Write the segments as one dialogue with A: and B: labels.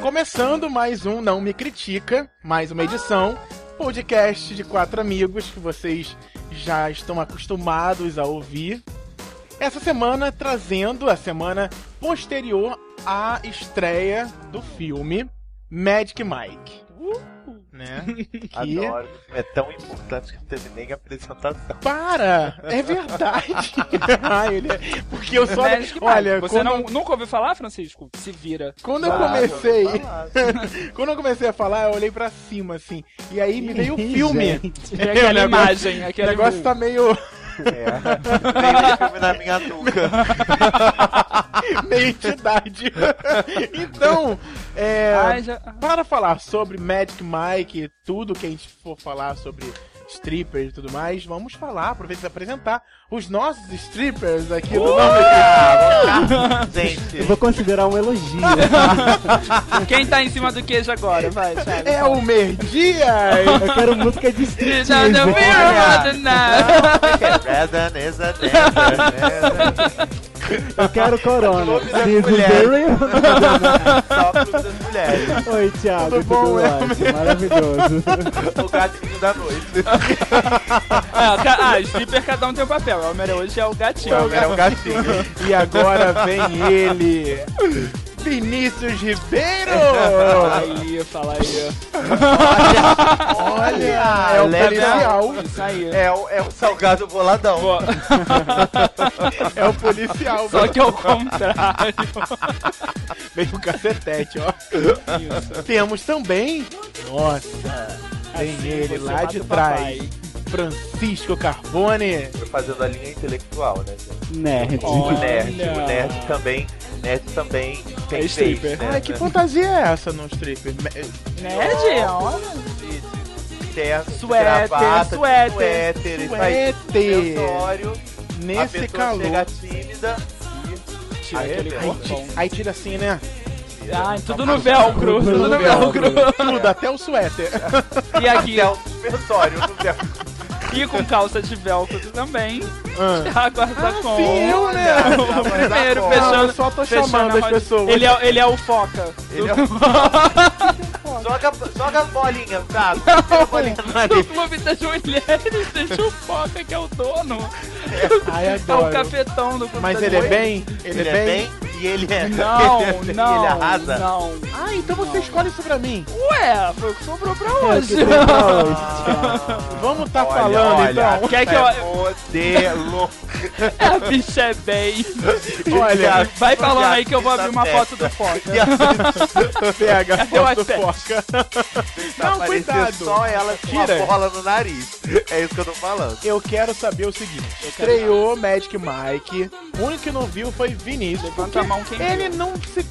A: Começando mais um Não Me Critica, mais uma edição, podcast de quatro amigos que vocês já estão acostumados a ouvir. Essa semana trazendo a semana posterior à estreia do filme Magic Mike. Né? Que...
B: Adoro. É tão importante que não teve nem apresentação.
A: Para! É verdade! Ah, ele é- Porque eu só.
C: Magic Mike.
A: Olha,
C: você
A: quando,
C: não, nunca ouviu falar, Francisco? Se vira.
A: quando eu
B: Ah,
A: comecei.
B: tá assim,
A: Quando eu comecei a falar, eu olhei pra cima, assim. E aí me veio o
D: Ih,
A: filme.
D: gente.
C: É aquela
A: negócio-
C: imagem,
A: O
C: aquele
A: negócio tá meio,
B: Veio o é. filme na minha nuca.
A: meio entidade. Então, é,
C: Ai, já-
A: para falar sobre Magic Mike, tudo que a gente for falar sobre strippers e tudo mais, vamos falar, aproveita e apresentar os nossos strippers aqui
C: Uh!
A: do
B: Ah, vamos lá.
D: Eu
B: Gente,
D: vou considerar um elogio.
C: Quem tá em cima do queijo agora? Vai, Charles.
A: É o Merdias!
D: Eu quero música de striptease.
C: Já não viu, mano, não.
B: Redan is a dancer.
D: Eu quero corona.
B: Clube das
D: This is
B: mulheres.
D: the real-
B: Só pro das mulheres.
D: Oi, Thiago.
A: Tudo
D: Tudo,
A: bom,
D: ótimo, Maravilhoso.
B: O gatinho da noite.
C: Ah, ca- ah, stripper cada um tem um papel. O homem hoje é o gatinho.
B: Não, era o um gatinho.
A: E agora vem ele, Vinícius Ribeiro!
C: Aí, fala aí.
A: Olha, é o
B: Leve a-
A: policial,
C: Isso aí.
B: É o, é o salgado boladão.
C: Pô,
A: é o policial.
C: só que é o contrário.
A: Veio o cacetete, ó. Temos também. Nossa! Tem
C: Assim
A: ele
C: você
A: lá
C: mata
A: de
C: o
A: trás.
C: papai. É,
A: Francisco Carbone.
B: Tô Fazendo a linha intelectual, né? gente?
D: Nerd.
B: O
C: Olha.
A: né?
B: nerd, o nerd também, nerd também tem
C: É stripper.
B: vez, né?
A: Ai, que fantasia é essa no stripper? Me- é
C: Nerd, olha.
B: Terno,
C: Suéter,
B: gravata,
C: suéter,
B: suéter, isso aí.
A: Suéter.
B: Acessório, a
A: Nesse
B: pessoa
A: calor.
B: chega tímida
C: Tira aquele
B: Aí,
C: corpão.
A: Aí tira assim, né?
C: Ai, Ah, então tudo no velcro. Tudo no velcro.
A: Tudo, até o suéter.
C: E aqui,
B: e é um suspensório no véu.
C: e com calça de velcro também.
A: Ah.
C: Aguarda
A: Ah,
C: com.
A: sim, eu, né?
B: Tá, mas
C: Primeiro,
B: agora-
C: fechando-
A: Não, Ah, eu só tô
C: Fechando
A: chamando
C: a
A: as
C: roda-
A: pessoas.
C: Ele é, ele é o foca.
B: Ele
C: do-
B: é Joga, joga a bolinha, tá? Joga a bolinha no
C: do
B: nariz.
C: clube das mulheres. Deixa o foca que é o dono.
A: Ai,
C: É o
A: adoro.
C: cafetão do clube
A: Mas
C: das
A: ele é
C: mulheres.
A: bem? Ele,
B: Ele é bem e ele é.
C: Não,
B: ele é bem,
C: não.
B: Ele arrasa.
C: Não.
A: Ah, então você escolhe isso pra mim.
C: Ué, foi o que sobrou pra hoje.
A: Vamos tá
B: Ah. Olha,
A: falando,
B: olha,
A: então.
C: Quer que
B: é
C: eu-
B: Modelo.
C: A bicha é bem.
A: Olha,
C: Vai falando aí que eu vou abrir uma
B: tá
C: foto do foca.
A: pega a
C: Cadê o Tá
A: foto,
C: iPad?
A: foca. Não,
B: Não,
A: cuidado.
B: cuidado. Tá Só ela com uma
A: Tira.
B: bola no nariz. É isso que eu tô falando.
A: Eu quero saber o seguinte: estreou Magic Mike. O único que não viu foi Vinícius.
C: Levanta a
A: porque
C: mão quem
A: ele
C: viu.
A: não se, ele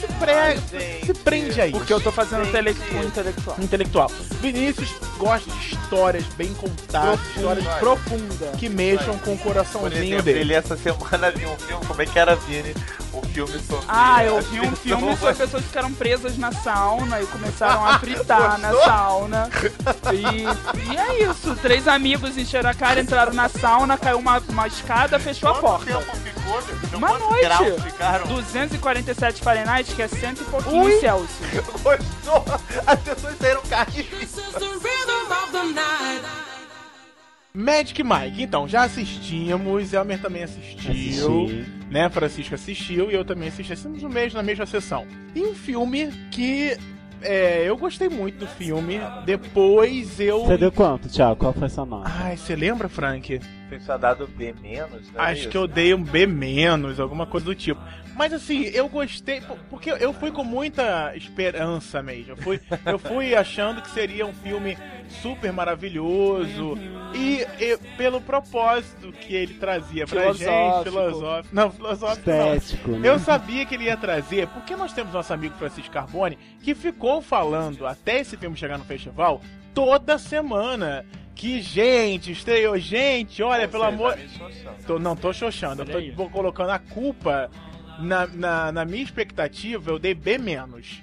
A: se,
B: Ai,
A: pre...
B: gente.
A: se prende aí.
C: Porque eu tô fazendo tele... um intelectual.
A: intelectual. Vinícius gosta de histórias bem contadas, histórias
B: Vai.
A: profundas que mexam com o
B: Por
A: coraçãozinho
B: exemplo,
A: dele.
B: ele essa semana viu um filme, como é que era, Vini? O filme sobre...
C: Ah, eu
B: as
C: vi um
B: pessoas-
C: filme sobre pessoas que ficaram presas na sauna e começaram a fritar na sauna. E, e é isso. Três amigos encheram a cara, entraram na sauna, caiu uma, uma escada, fechou a
B: Quanto
C: porta.
B: tempo ficou, meu filho?
C: Uma
B: Quantos
C: noite.
B: graus ficaram?
C: 247 Fahrenheit, que é cento e pouquinho
A: Ui.
C: Celsius.
B: Gostou? As pessoas saíram carrinho.
A: Magic Mike, então, já assistimos, Elmer também assistiu. né? Francisco assistiu e eu também assisti. Assistimos no mesmo, na mesma sessão. E um filme que é, eu gostei muito do filme. Depois eu.
D: Você deu quanto, Thiago? Qual foi a sua nota?
A: Ai, você lembra, Frank?
B: Tem só dado B menos, né?
A: Acho que eu dei um B menos, alguma coisa do tipo. Mas assim, eu gostei, po- porque eu fui com muita esperança mesmo. Eu fui, eu fui achando que seria um filme super maravilhoso. E, e pelo propósito que ele trazia pra gente,
C: Filosófico.
A: filosófico. Não, filosófico não.
D: Estético, né?
A: Eu sabia que ele ia trazer, porque nós temos nosso amigo Francisco Carbone, que ficou falando até esse filme chegar no festival toda semana. Que gente, estreou, gente, olha, pelo amor. Tô- não, tô xoxando, eu
C: Olha
A: tô
C: aí.
A: vou colocando a culpa na, na, na minha expectativa, eu dei B menos.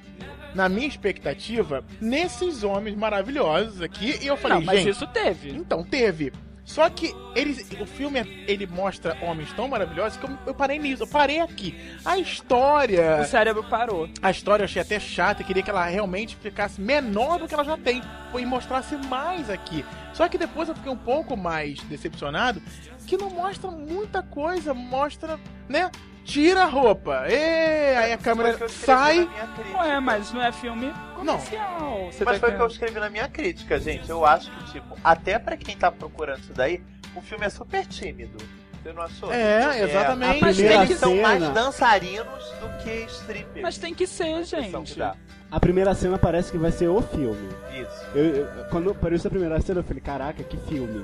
A: Na minha expectativa, nesses homens maravilhosos aqui, e eu falei,
C: Não, mas
A: gente,
C: isso teve.
A: então teve. Só que ele, o filme ele mostra homens tão maravilhosos que eu, eu parei nisso, eu parei aqui. A
C: O
A: história.
C: cérebro parou.
A: A história eu achei até chata, eu queria que ela realmente ficasse menor do que ela já tem e mostrasse mais aqui. Só que depois eu fiquei um pouco mais decepcionado, que não mostra muita coisa, mostra, né? Tira a roupa, e aí a
B: Foi o É, que eu
A: câmera
B: escrevi
A: sai.
B: na minha crítica.
C: Ué, mas não é filme
A: Não.
C: comercial. Você tá
B: Mas foi o que eu
C: entendendo?
B: escrevi na minha crítica, gente. Eu acho que, tipo, até pra quem tá procurando isso daí, o filme é super tímido. Você não achou? Tipo,
A: É, exatamente.
C: Mas
B: Mas eles
D: Primeira
B: são
D: cena.
A: né?
B: mais dançarinos do que strippers.
C: Mas tem que ser,
B: A impressão que
C: gente.
B: dá.
D: A primeira cena parece que vai ser o filme.
B: Isso.
D: Eu, eu- quando apareceu a primeira cena, eu falei, caraca, que filme.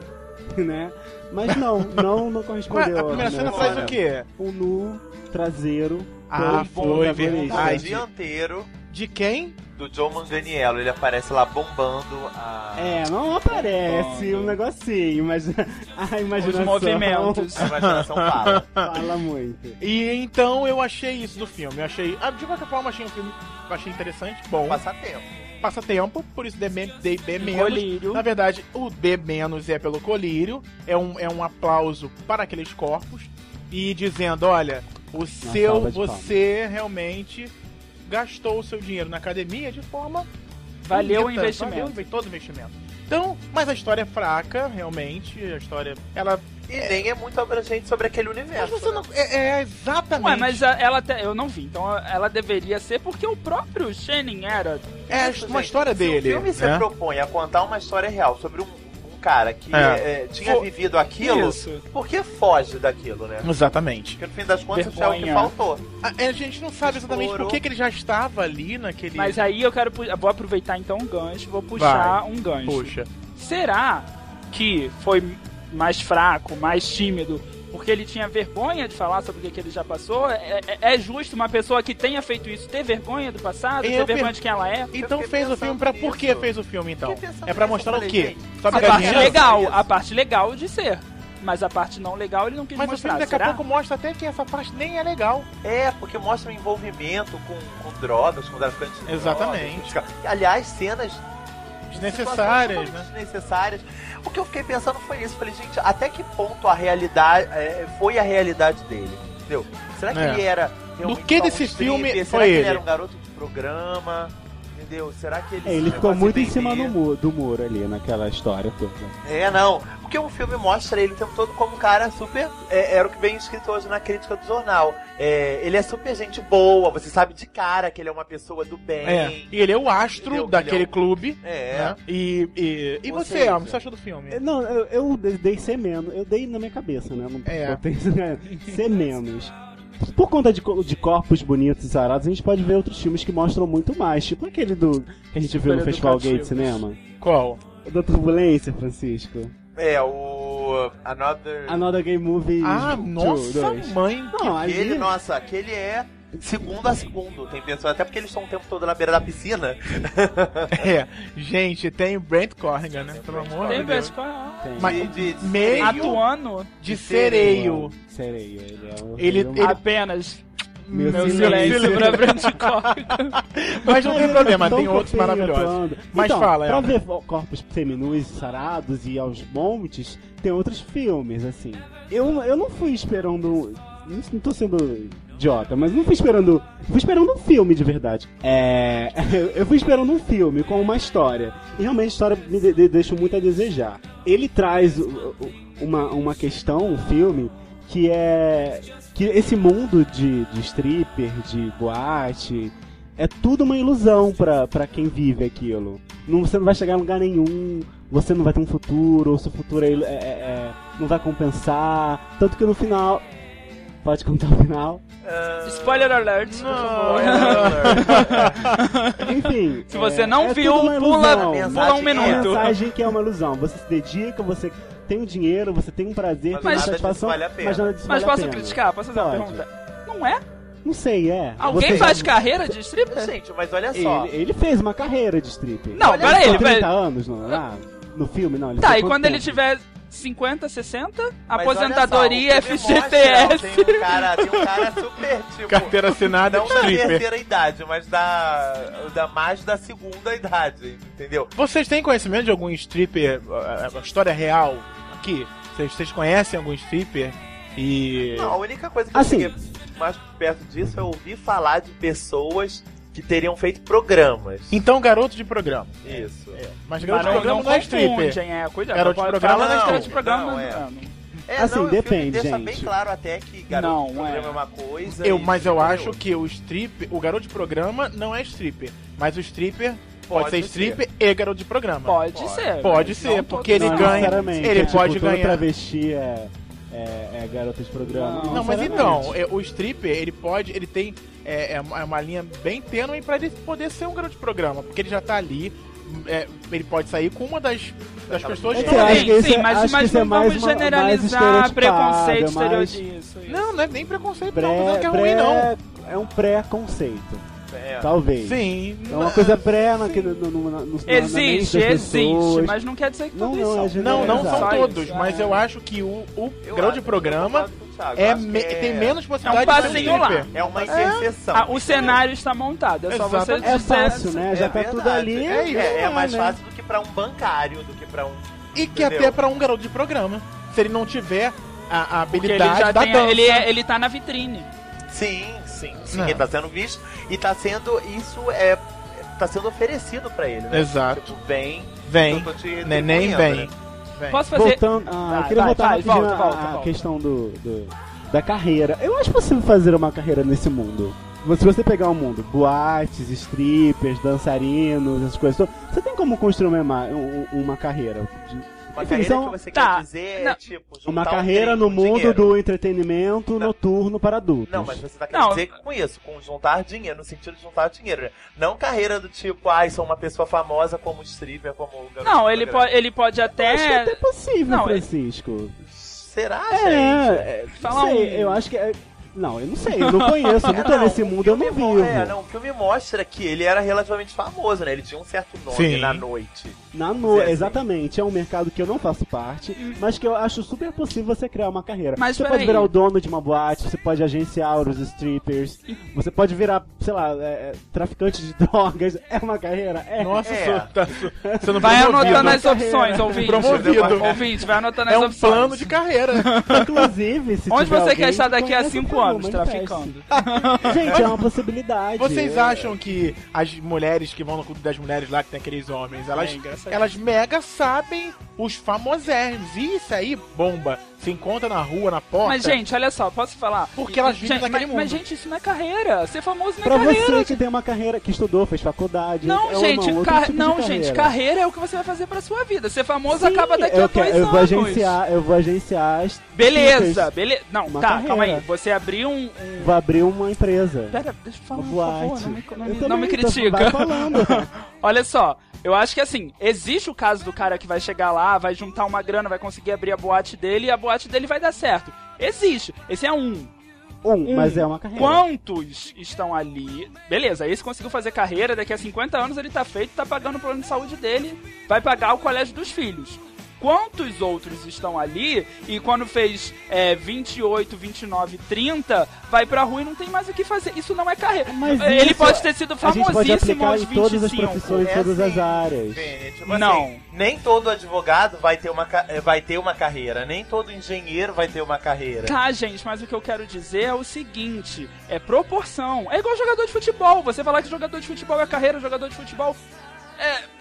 D: né? Mas não, não, não
A: Ué,
D: correspondeu.
A: a primeira cena
D: né?
A: faz o quê?
D: Um nu traseiro.
A: Ah,
D: dois
A: foi
D: bons
B: O
D: agonistas.
A: verdade.
B: dianteiro
A: De quem?
B: do Joe Manganiello, ele aparece lá bombando a...
D: É, não aparece um
A: né?
D: negocinho, mas a imaginação
C: Os movimentos.
B: A imaginação fala.
D: fala muito.
A: E então eu achei isso do filme. Eu achei. ah, De qualquer forma, achei um filme que eu achei interessante, bom,
B: Passar tempo.
A: passa tempo, por isso dei B- dei B menos.
C: Colírio.
A: Na verdade, o B menos é pelo colírio, é um, é um aplauso para aqueles corpos e dizendo: olha, o seu,
D: salva de
A: você realmente gastou o seu dinheiro na academia de forma
C: Valeu o
A: bonita,
C: investimento.
A: valeu todo o investimento. Então, mas a história é fraca, realmente. A história, ela.
B: E nem é muito abrangente sobre aquele
A: Mas
B: universo.
A: você
B: né?
A: não. É, é exatamente.
C: Ué, mas a- ela até. Eu não vi, então ela deveria ser porque o próprio Shannon era.
A: É
B: Isso,
A: uma
B: gente.
A: história dele.
B: Se o filme se
A: né?
B: propõe a contar uma história real sobre um, um cara que
A: É.
B: eh, tinha
C: Fo-
B: vivido aquilo,
C: Isso.
B: por que foge daquilo,
A: Hum.
B: né?
A: Exatamente.
B: Porque no fim das contas isso é o que
C: Vergonha.
A: né?
B: faltou.
A: A, a gente não sabe exatamente
B: Explorou.
A: por que, que ele já estava ali naquele.
C: Mas é aí eu quero. pu- Vou aproveitar então um gancho, vou puxar um gancho.
A: Poxa.
C: Será que foi mais fraco, mais tímido, porque ele tinha vergonha de falar sobre o que, que ele já passou? É, é- é justo uma pessoa que tenha feito isso ter vergonha do passado,
A: Eu
C: ter
A: per-
C: vergonha de quem ela é?
A: Então
B: fiquei
A: fez o filme pra. Por que
B: nisso.
A: fez o filme então?
B: Fiquei pensando
A: É pra
B: nisso,
A: mostrar
B: eu
A: o
B: falei,
A: quê?
B: gente,
A: Só
C: A
B: Sabe
C: parte
B: ganhando?
C: é legal,
B: Isso.
C: a parte legal de ser. Mas a parte não legal ele não quis
A: Mas o
C: mostrar.
A: filme daqui a
C: será?
A: pouco mostra até que essa parte nem é legal.
B: É, porque mostra um envolvimento com, com drogas, com traficantes de
A: Exatamente.
B: drogas. Aliás, cenas
A: Desnecessárias, né?
B: Necessárias. O que eu fiquei pensando foi isso. Falei, gente, até que ponto a realidade eh, foi a realidade dele? Entendeu? Será que
A: É.
B: ele era realmente
A: que
B: só um
A: desse
B: stripper?
A: filme
B: Será
A: foi
B: que
A: ele?
B: era um garoto de programa? Entendeu? Será que ele.
D: É, ele
B: se levou
D: ficou
B: a
D: muito
B: se
D: em cima
B: vender?
D: do muro, do muro ali, naquela história toda.
B: É, não. Porque o filme mostra ele o tempo todo como um cara super. é, era o que vem escrito hoje na crítica do jornal. É, ele é super gente boa, você sabe de cara que ele é uma pessoa do
A: É.
B: bem.
A: E ele é o astro
B: Entendeu?
A: daquele
B: Ele é o-
A: clube.
B: É.
A: né? E, e, e
B: Ou
A: você,
B: seja-
A: Elmo, o que você achou do filme?
D: É, Não, eu, eu dei C menos, eu dei na minha cabeça, né? Não
A: É.
D: botei né? C menos. Por conta de, co- de corpos bonitos e sarados, a gente pode ver outros filmes que mostram muito mais, tipo aquele do que a gente viu no
C: Super
D: Festival Gay de
C: educativos.
D: Cinema.
A: Qual?
D: O Da Turbulência, Francisco.
B: É, o. Another.
D: Another Gay Movie.
A: Ah,
D: two,
A: nossa
D: Um, dois.
A: mãe!
D: Não, ali...
B: Aquele, nossa, aquele é segundo a segundo. Tem pessoas, até porque eles estão o tempo todo na beira da piscina.
A: É, gente, tem o Brent Corrigan, né? Pelo amor de
C: Tem
A: Deus.
C: vez com a-
D: Tem.
A: Mas-
B: de, de
A: meio-
B: sereio.
C: é? Atuando
A: De sereio.
D: Sereio, ele é o...
A: Ele-
D: é o-
A: ele-
C: apenas.
D: Meu
C: Meu
D: silêncio.
C: silêncio pra frente corre.
A: Mas não tem
D: Ele
A: problema,
D: é tão
A: tem outros
D: fofinho
A: maravilhosos.
D: atuando.
A: Mas
D: Então,
A: fala,
D: Pra
A: Elmo.
D: ver corpos seminus, sarados e aos montes, tem outros filmes, assim. Eu, eu não fui esperando. Não não tô sendo idiota, mas não fui esperando. Fui esperando um filme de verdade. É. Eu fui esperando um filme com uma história. E realmente a história me de- de- deixa muito a desejar. Ele traz o- o- uma, uma questão, um filme, que é. Que esse mundo de, de stripper, de boate, é tudo uma ilusão pra, pra quem vive aquilo. Não, você não vai chegar em lugar nenhum, você não vai ter um futuro, ou seu futuro é, ilu- é- é- é- não vai compensar. Tanto que no final. Pode contar o final.
C: Spoiler alert. por favor.
D: Enfim.
C: Se
D: é-
C: você não
D: é
C: viu,
D: tudo uma
C: pula,
D: ilusão.
C: pula um
B: Mensagem
D: É uma
C: minuto.
D: mensagem que é uma ilusão. Você se dedica, você tem um dinheiro, você tem um
B: Mas
D: prazer, tem uma
B: nada disso
D: satisfação.
B: vale a pena.
D: Mas nada disso
C: Mas
D: vale a
C: posso
D: pena.
C: criticar? Posso fazer uma
D: Pode.
C: pergunta? Não é?
D: Não sei, é.
C: Alguém
D: Você-
C: faz carreira de stripper?
B: Gente, mas olha só.
D: ele, ele fez uma carreira de stripper.
C: Não,
D: Ele
C: peraí,
D: ficou
C: ele
D: 30
C: vai-
D: anos, não, lá, no filme, não. Ele
C: Tá,
D: ficou
C: e
D: quanto
C: quando ele
D: tempo?
C: tiver 50, 60,
B: Mas
C: aposentadoria, é
B: olha só, o filme mostra,
C: FGTS.
B: Tem um cara, tem um cara super tipo.
A: Carteira assinada, é um
B: Não da
A: stripper.
B: terceira idade, mas da, da mais da segunda idade, entendeu?
A: Vocês têm conhecimento de algum stripper, a, a- a história eh, real aqui? Vocês, vocês conhecem algum stripper? E.
B: Não, a única coisa que eu
D: Assim.
B: cheguei mais perto disso é ouvir falar de pessoas que teriam feito programas.
A: Então, garoto de programa.
B: Isso.
A: Mas
C: Mas
A: garoto
C: não,
A: de programa
C: não,
A: não, é
C: confunde,
A: stripper.
C: hein? É, cuidado.
A: Garoto de
C: pode
A: programa,
C: falar na
B: não.
C: história de programa.
B: Não, é.
C: não, não.
B: É,
D: Assim,
B: o filme
D: depende,
B: Deixa
D: gente.
B: bem claro até que garoto
C: Não,
B: de programa
C: é.
B: é uma coisa.
A: Eu,
B: e- é
A: mas eu acho
B: entendeu?
A: que o stripper, o garoto de programa não é stripper. Mas o stripper pode,
B: Pode
A: ser
B: ser.
A: stripper e garoto de programa.
C: Pode,
B: Pode.
C: ser.
A: Pode
C: mas
A: ser,
C: não
A: porque
C: todo
A: ele
C: mundo.
A: ganha-
D: necessariamente,
A: ele
D: é, tipo,
A: pode
D: toda
A: ganhar.
D: travesti é, é, é garota de programa.
C: Não,
A: Não, mas
D: necessariamente.
A: então, é, o stripper, ele pode, ele tem é, é uma é uma linha bem tênue pra ele poder ser um grande programa, porque ele já tá ali, é, ele pode sair com uma das, das pessoas que
D: Você
A: estão
D: acha
A: ali.
D: que esse
C: Sim,
D: é-
C: mas,
D: acho que
C: mas
D: isso é
C: não
D: mais
C: vamos
D: uma- mais
C: generalizar
D: estereotipado, é
C: preconceito,
D: mais-
C: estereotipo. isso, isso.
A: Não, não é nem preconceito,
D: Pré,
A: não, tô dizendo que é ruim,
D: pré,
A: não.
D: É um pré-conceito,
B: É.
D: talvez.
A: Sim.
D: É uma coisa pré na, que- no, no, no, no, na- na mente
C: Existe,
D: das
C: existe,
D: pessoas.
C: mas não quer dizer que
D: Não,
C: tudo
D: não, é
C: isso.
A: Não, não são
D: Exato.
C: Só
A: todos,
C: isso,
A: mas
C: é.
A: eu acho que o, o
B: Eu
A: grande
B: acho, eu
A: programa
B: concordo com o Thiago, eu
A: é,
B: acho que
A: me- tem menos
C: É um
A: possibilidade de ser
C: passinho lá.
A: stripper.
B: É uma interseção.
C: Ah, o cenário está montado, é só você
A: Exato.
C: dizer.
D: É fácil, né? Já tá tudo
B: verdade.
D: ali.
B: É,
A: isso,
B: é, é
D: né,
B: mais
D: né?
B: fácil do que pra um bancário, do que pra um.
A: E que
B: Entendeu?
A: até pra um garoto de programa, se ele não tiver a, a
C: Porque ele já
A: habilidade da
C: tem, a-
A: dança.
C: ele, é- ele tá na vitrine.
B: Sim, sim, sim.
A: Não.
B: Ele tá sendo visto e tá sendo. Isso é. Tá sendo oferecido pra ele, né?
A: Exato.
B: Tipo, vem.
A: Vem,
B: eu tô te
A: neném
B: retribuindo,
A: vem.
B: né?
A: vem.
C: Posso fazer.
D: Voltando, ah,
C: Vai,
D: eu queria
C: vai,
D: voltar
C: vai,
D: rapidinho
C: volta,
D: à-
C: volta,
D: à
C: volta.
D: questão do, do- da carreira. Eu acho possível fazer uma carreira nesse mundo. Se você pegar o mundo, boates, strippers, dançarinos, essas coisas todas, você tem como construir uma, um- uma carreira. De-
A: Então,
B: Uma
D: Enfim,
B: carreira
D: são-
B: que você
C: tá.
B: quer dizer é
C: Não.
B: tipo. juntar
D: uma
B: um
D: carreira
B: trem
D: no
B: com
D: mundo
B: dinheiro.
D: do entretenimento
B: Não.
D: noturno para adultos.
B: Não, mas você tá
C: Não.
B: querendo dizer com isso, com juntar dinheiro, no sentido de juntar dinheiro, né? Não carreira do tipo, ai, sou uma pessoa famosa como stripper, como. garoto
C: Não,
B: de
C: ele
B: programa.
C: pode, ele pode
D: Eu Acho que é até
C: até.
D: possível,
C: Não, é-
D: Francisco.
B: Será, gente?
D: É, é,
C: Fala
D: não sei,
C: um-
D: eu acho que é... Não, eu não sei, eu não conheço, eu não
B: É,
D: tô nesse
B: o
D: mundo, eu não
B: filme
D: vivo.
B: mo- É, não, o filme mostra que ele era relativamente famoso, né? Ele tinha um certo nome
A: Sim.
B: na noite.
D: Na no...
B: Sim, sim.
D: Exatamente, é um mercado que eu não faço parte, mas que eu acho super possível você criar uma carreira.
C: Mas
D: você
C: peraí.
D: pode virar o dono de uma boate, você pode agenciar os strippers, você pode virar, sei lá, é, é, traficante de drogas. É uma carreira? É.
A: Nossa,
B: É.
A: senhor, tá- você não
C: Vai
A: foi movido.
C: anotando as
D: Carreira.
C: opções, ouvinte.
A: Promovido.
C: Ouvinte, vai anotando
A: É
C: as
A: um
C: opções.
A: plano de carreira.
D: Inclusive, se
C: Onde
D: tiver
C: você
D: alguém,
C: quer estar daqui a
D: conhece, por
C: cinco
D: favor,
C: anos,
D: manifeste.
C: traficando?
D: Gente, é uma possibilidade.
A: Vocês
D: É.
A: acham que as mulheres que vão no clube das mulheres lá, que tem aqueles homens, elas,
C: É engraçado.
A: elas mega sabem os famosérrimos. E isso aí, bomba, se encontra na rua, na porta.
C: Mas, gente, olha só, posso falar?
A: Porque elas vivem
C: gente,
A: naquele
C: mas,
A: mundo.
C: Mas, gente, isso não é carreira. Ser famoso não é
D: Pra
C: carreira.
D: você que tem uma carreira, que estudou, fez faculdade.
C: Não,
D: é uma-
C: gente,
D: outro
C: car-
D: tipo de
C: não,
D: carreira.
C: gente, carreira é o que você vai fazer pra sua vida. Ser famoso
D: Sim, é
C: acaba daqui a
D: eu,
C: dois
D: quero- eu
C: anos.
D: vou agenciar, eu vou agenciar as
C: Beleza,
D: strippers.
C: beleza. Não,
D: Uma
C: tá,
D: carreira.
C: calma aí. Você abriu um. um-
D: Vou abrir uma empresa.
C: Pera, deixa eu falar,
D: Uma
C: por
D: boate.
C: favor, não me, não
D: Eu
C: me-
D: também,
C: não me
D: tô-
C: critica.
D: vai falando.
C: Olha só, eu acho que assim, existe o caso do cara que vai chegar lá, vai juntar uma grana, vai conseguir abrir a boate dele e a boate dele vai dar certo. Existe. Esse é um.
D: Um, mas é uma carreira.
C: Quantos estão ali? Beleza, esse conseguiu fazer carreira, daqui a 50 anos ele tá feito, tá pagando o plano de saúde dele, vai pagar o colégio dos filhos. Quantos outros estão ali e quando fez é, 28, 29, 30, vai pra rua e não tem mais o que fazer? Isso não é carreira.
D: Mas
C: ele
D: isso
C: pode ter sido
D: A gente pode
C: famosíssimo
D: aplicar
C: aos
D: em
C: 25.
D: todas as profissões, em
B: É
D: todas as
B: assim,
D: áreas.
B: Vê, tipo
C: Não.
B: Assim, nem todo advogado vai ter, uma, ca- eh, vai ter uma carreira, nem todo engenheiro vai ter uma carreira.
C: Tá, gente, mas o que eu quero dizer é o seguinte: é proporção. É igual jogador de futebol. Você falar que jogador de futebol é carreira, jogador de futebol é.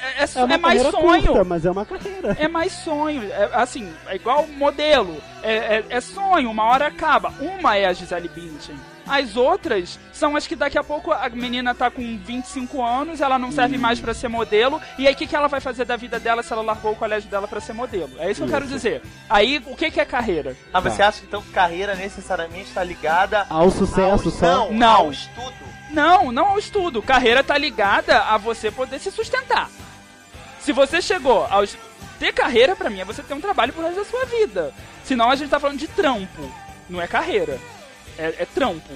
C: É, é-
D: É uma
C: é mais
D: carreira
C: sonho.
D: curta, mas é uma carreira.
C: É mais sonho. É, assim, é igual modelo. É, é- é sonho, uma hora acaba. Uma é a Gisele Bündchen. As outras são as que daqui a pouco a menina tá com 25 anos, ela não serve mais pra ser modelo, e aí o que, que ela vai fazer da vida dela se ela largou o colégio dela pra ser modelo? É isso que eu quero dizer. Aí, o que, que é carreira?
B: Ah, você acha então que carreira necessariamente está ligada
D: Ao sucesso
B: ao,
D: só.
B: não,
C: Não.
B: ao estudo?
C: Não, não ao estudo. Carreira tá ligada a você poder se sustentar. Se você chegou ao est- ter carreira pra mim é você ter um trabalho pro resto da sua vida. Senão a gente tá falando de trampo, não é carreira. É, é trampo.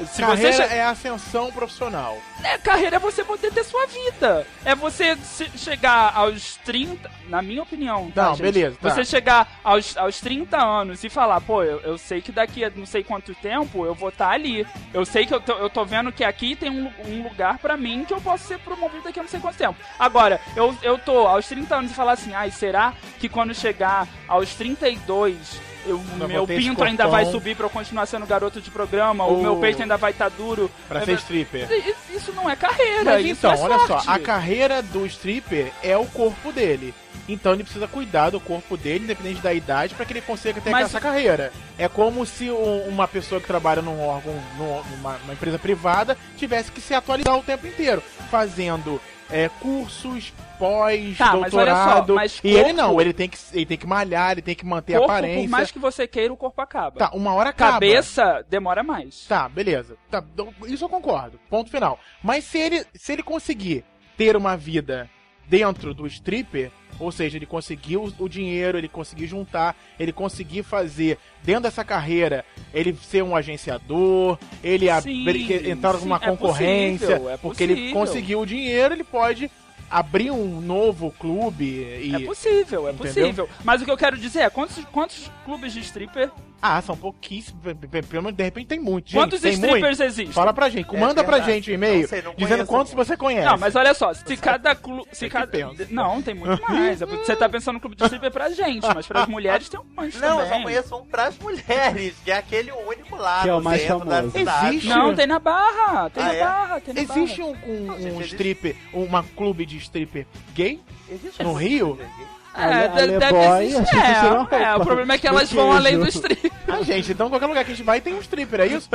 A: Se
C: Se
A: Carreira
C: você che-
A: é ascensão profissional.
C: É, carreira é você poder ter sua vida. É você se- chegar aos 30, na minha opinião, tá,
A: Não,
C: gente?
A: beleza, tá.
C: Você chegar aos, aos 30 anos e falar, pô, eu, eu sei que daqui a não sei quanto tempo eu vou estar ali. Eu sei que eu tô, eu tô vendo que aqui tem um, lu- um lugar pra mim que eu posso ser promovido daqui a não sei quanto tempo. Agora, eu, eu tô aos 30 anos e falar assim, ai, será que quando chegar aos 32... Eu,
A: Não
C: meu
A: vou ter esse
C: pinto ainda vai
A: corpão.
C: subir pra eu continuar sendo garoto de programa, o
A: Ou-
C: meu peito ainda vai estar duro.
A: Pra
C: É,
A: ser
C: mas-
A: stripper.
C: isso- Isso não é carreira.
A: Mas
C: isso
A: então,
C: é
A: olha só,
C: sorte.
A: a carreira do stripper é o corpo dele. Então ele precisa cuidar do corpo dele, independente da idade, pra que ele consiga ter
C: Mas-
A: essa carreira. É como se um- uma pessoa que trabalha num órgão, num- numa, numa empresa privada, tivesse que se atualizar o tempo inteiro, fazendo é, cursos, pós,
C: Tá, mas olha só,
A: doutorado.
C: mas
A: E ele
C: corpo-
A: não, ele tem, que, ele tem que malhar, ele tem que manter a
C: corpo,
A: aparência.
C: Por mais que você queira, o corpo acaba.
A: Tá, uma hora acaba.
C: Cabeça demora mais.
A: Tá, beleza. Tá, então, isso eu concordo. Ponto final. Mas se ele, se ele conseguir ter uma vida dentro do stripper, ou seja, ele conseguiu o dinheiro, ele conseguir juntar, ele conseguir fazer dentro dessa carreira, ele ser um agenciador, ele
C: Sim,
A: abrir, que- entrar numa
C: sim, é
A: concorrência,
C: possível, é
A: porque ele
C: possível.
A: conseguiu o dinheiro, ele pode abrir um novo clube e
C: É possível, é
A: Entendeu?
C: possível. Mas o que eu quero dizer é, quantos, quantos clubes de stripper,
A: ah, são pouquíssimos, pelo menos de repente tem muito. Gente,
C: quantos
A: tem muito.
C: strippers existem?
A: Fala pra gente,
B: É
A: manda pra
B: verdade.
A: gente um e-mail
B: Não sei, não
A: dizendo
B: conheço
A: quantos
B: ninguém.
A: você conhece.
C: Não, mas olha só, se cada clube.
A: É
C: Se
A: que
C: cada...
A: pensa.
C: Não, tem muito mais. É porque Você tá pensando no clube de stripper pra gente, mas pras mulheres tem um monte
B: Não, eu
C: também.
B: só conheço um pras mulheres, que é aquele único lá
D: Que é o
B: no
D: mais
B: centro da
D: famoso.
B: cidade.
A: Existe.
C: Não, tem na barra, tem
B: Ah,
C: na
B: é?
C: barra, tem na
A: Existe um, um,
B: gente,
A: um
B: existe.
A: stripper, uma clube de stripper gay?
B: Existe
A: No
B: essa
A: Rio?
B: coisa aí?
C: barra. É,
D: Ale-
C: deve-
D: Aleboy,
C: deve
D: a
C: existir.
D: gente tirou uma
C: É, é, o
D: roupa.
C: problema é que elas
D: Do
C: vão além do
D: queijo.
C: stripper.
A: Ah, gente, então qualquer lugar que a gente vai tem um stripper, é isso?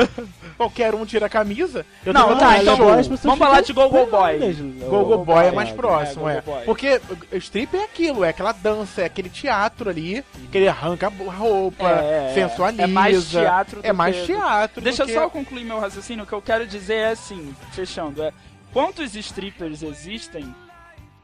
A: Qualquer um tira a camisa. Eu
C: Não,
A: tenho
C: tá,
A: vontade de
C: então
A: show.
D: as pessoas
C: vamos falar
D: ficam
C: de Gogo Boy.
D: perdidas, né?
A: Gogo Boy é mais
D: é,
A: próximo, é.
C: Gogo Boy.
A: Porque o stripper é aquilo, é aquela dança, é aquele teatro ali, que ele arranca a bo- a roupa,
C: É, é.
A: sensualiza.
C: É mais teatro do
A: É mais
C: que-
A: teatro do
C: Deixa eu
A: que-
C: só concluir meu raciocínio. O que eu quero dizer é assim, fechando, é quantos strippers existem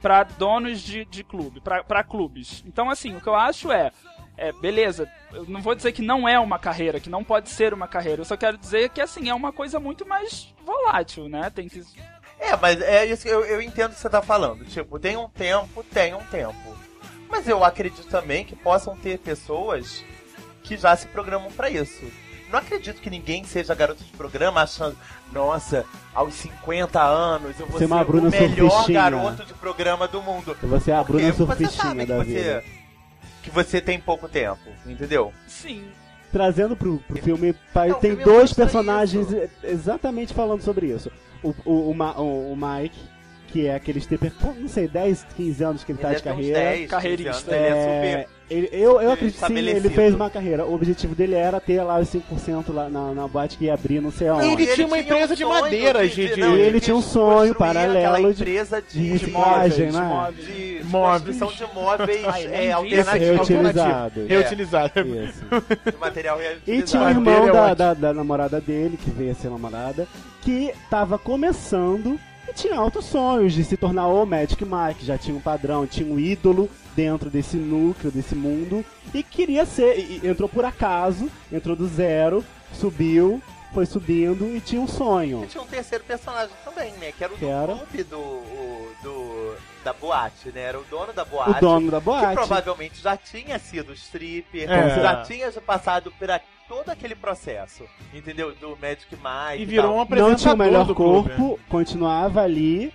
C: pra donos de, de clube, pra pra clubes? Então, assim, o que eu acho é, é, beleza, eu não vou dizer que não é uma carreira, que não pode ser uma carreira. Eu só quero dizer que, assim, é uma coisa muito mais volátil, né? Tem que...
B: É, mas é isso que eu, eu entendo o que você tá falando. Tipo, tem um tempo, tem um tempo. Mas eu acredito também que possam ter pessoas que já se programam pra isso. Não acredito que ninguém seja garoto de programa achando, nossa, aos 50 anos eu vou
D: Ser
B: ser,
D: é uma
B: o
D: Bruna
B: melhor
D: Surfistinha.
B: garoto de programa do mundo.
D: Você é a Bruna
B: Porque você
D: Surfistinha
B: sabe que
D: da vida.
B: você, que você tem pouco tempo, entendeu?
C: Sim,
D: trazendo pro, pro filme, pa-
B: Não, é o
D: tem
B: filme
D: dois
B: mostra
D: personagens e- exatamente falando sobre isso. O, o, o Ma- o- o Mike, que é aquele stripper, com, não sei, 10, 15 anos que ele, tá
B: deve
D: de
B: ter uns
D: carreira.
B: 10, 15 anos,
C: carreirista.
B: é Ele
D: É,
B: é super.
D: ele- eu, eu acredito que sim,
B: estabelecido.
D: ele fez uma carreira. O objetivo dele era ter lá os 5% lá na, na boate que ia abrir, não sei aonde.
A: Ele
B: E
A: tinha uma
B: um
A: empresa de
B: sonho
A: madeira, de-
B: não,
A: Ele
D: tinha um
B: quis
D: sonho
B: construir
D: paralelo
B: aquela
D: de-
B: empresa
D: de
B: de, de móveis,
D: reciclagem, né?
B: de, de
A: Móveis.
B: construção de móveis
C: Ai, nem
B: é,
C: vi.
B: alternativos,
D: Esse é
B: de
D: Reutilizado.
A: Reutilizado.
D: Isso.
B: material
D: E tinha um
A: A
B: reutilizado.
D: irmão
A: dele é
D: da,
A: ótimo.
D: da, da namorada dele, que veio a ser namorada, que tava começando e tinha altos sonhos de se tornar o Magic Mike, já tinha um padrão, tinha um ídolo dentro desse núcleo, desse mundo, e queria ser, e- e entrou por acaso, entrou do zero, subiu, foi subindo e tinha um sonho.
B: E tinha um terceiro personagem também, né? Que era o
D: Que
B: do
D: era?
B: clube do, o- do- da boate, né? Era o dono da
D: O
B: boate.
D: dono da
B: Que
D: boate.
B: provavelmente já tinha sido stripper,
A: É.
B: já tinha passado por a- todo aquele processo, entendeu? Do Magic Mike.
A: E virou
B: tal.
A: um
D: Não
A: apresentador
D: tinha o melhor
A: do clube.
D: corpo, continuava ali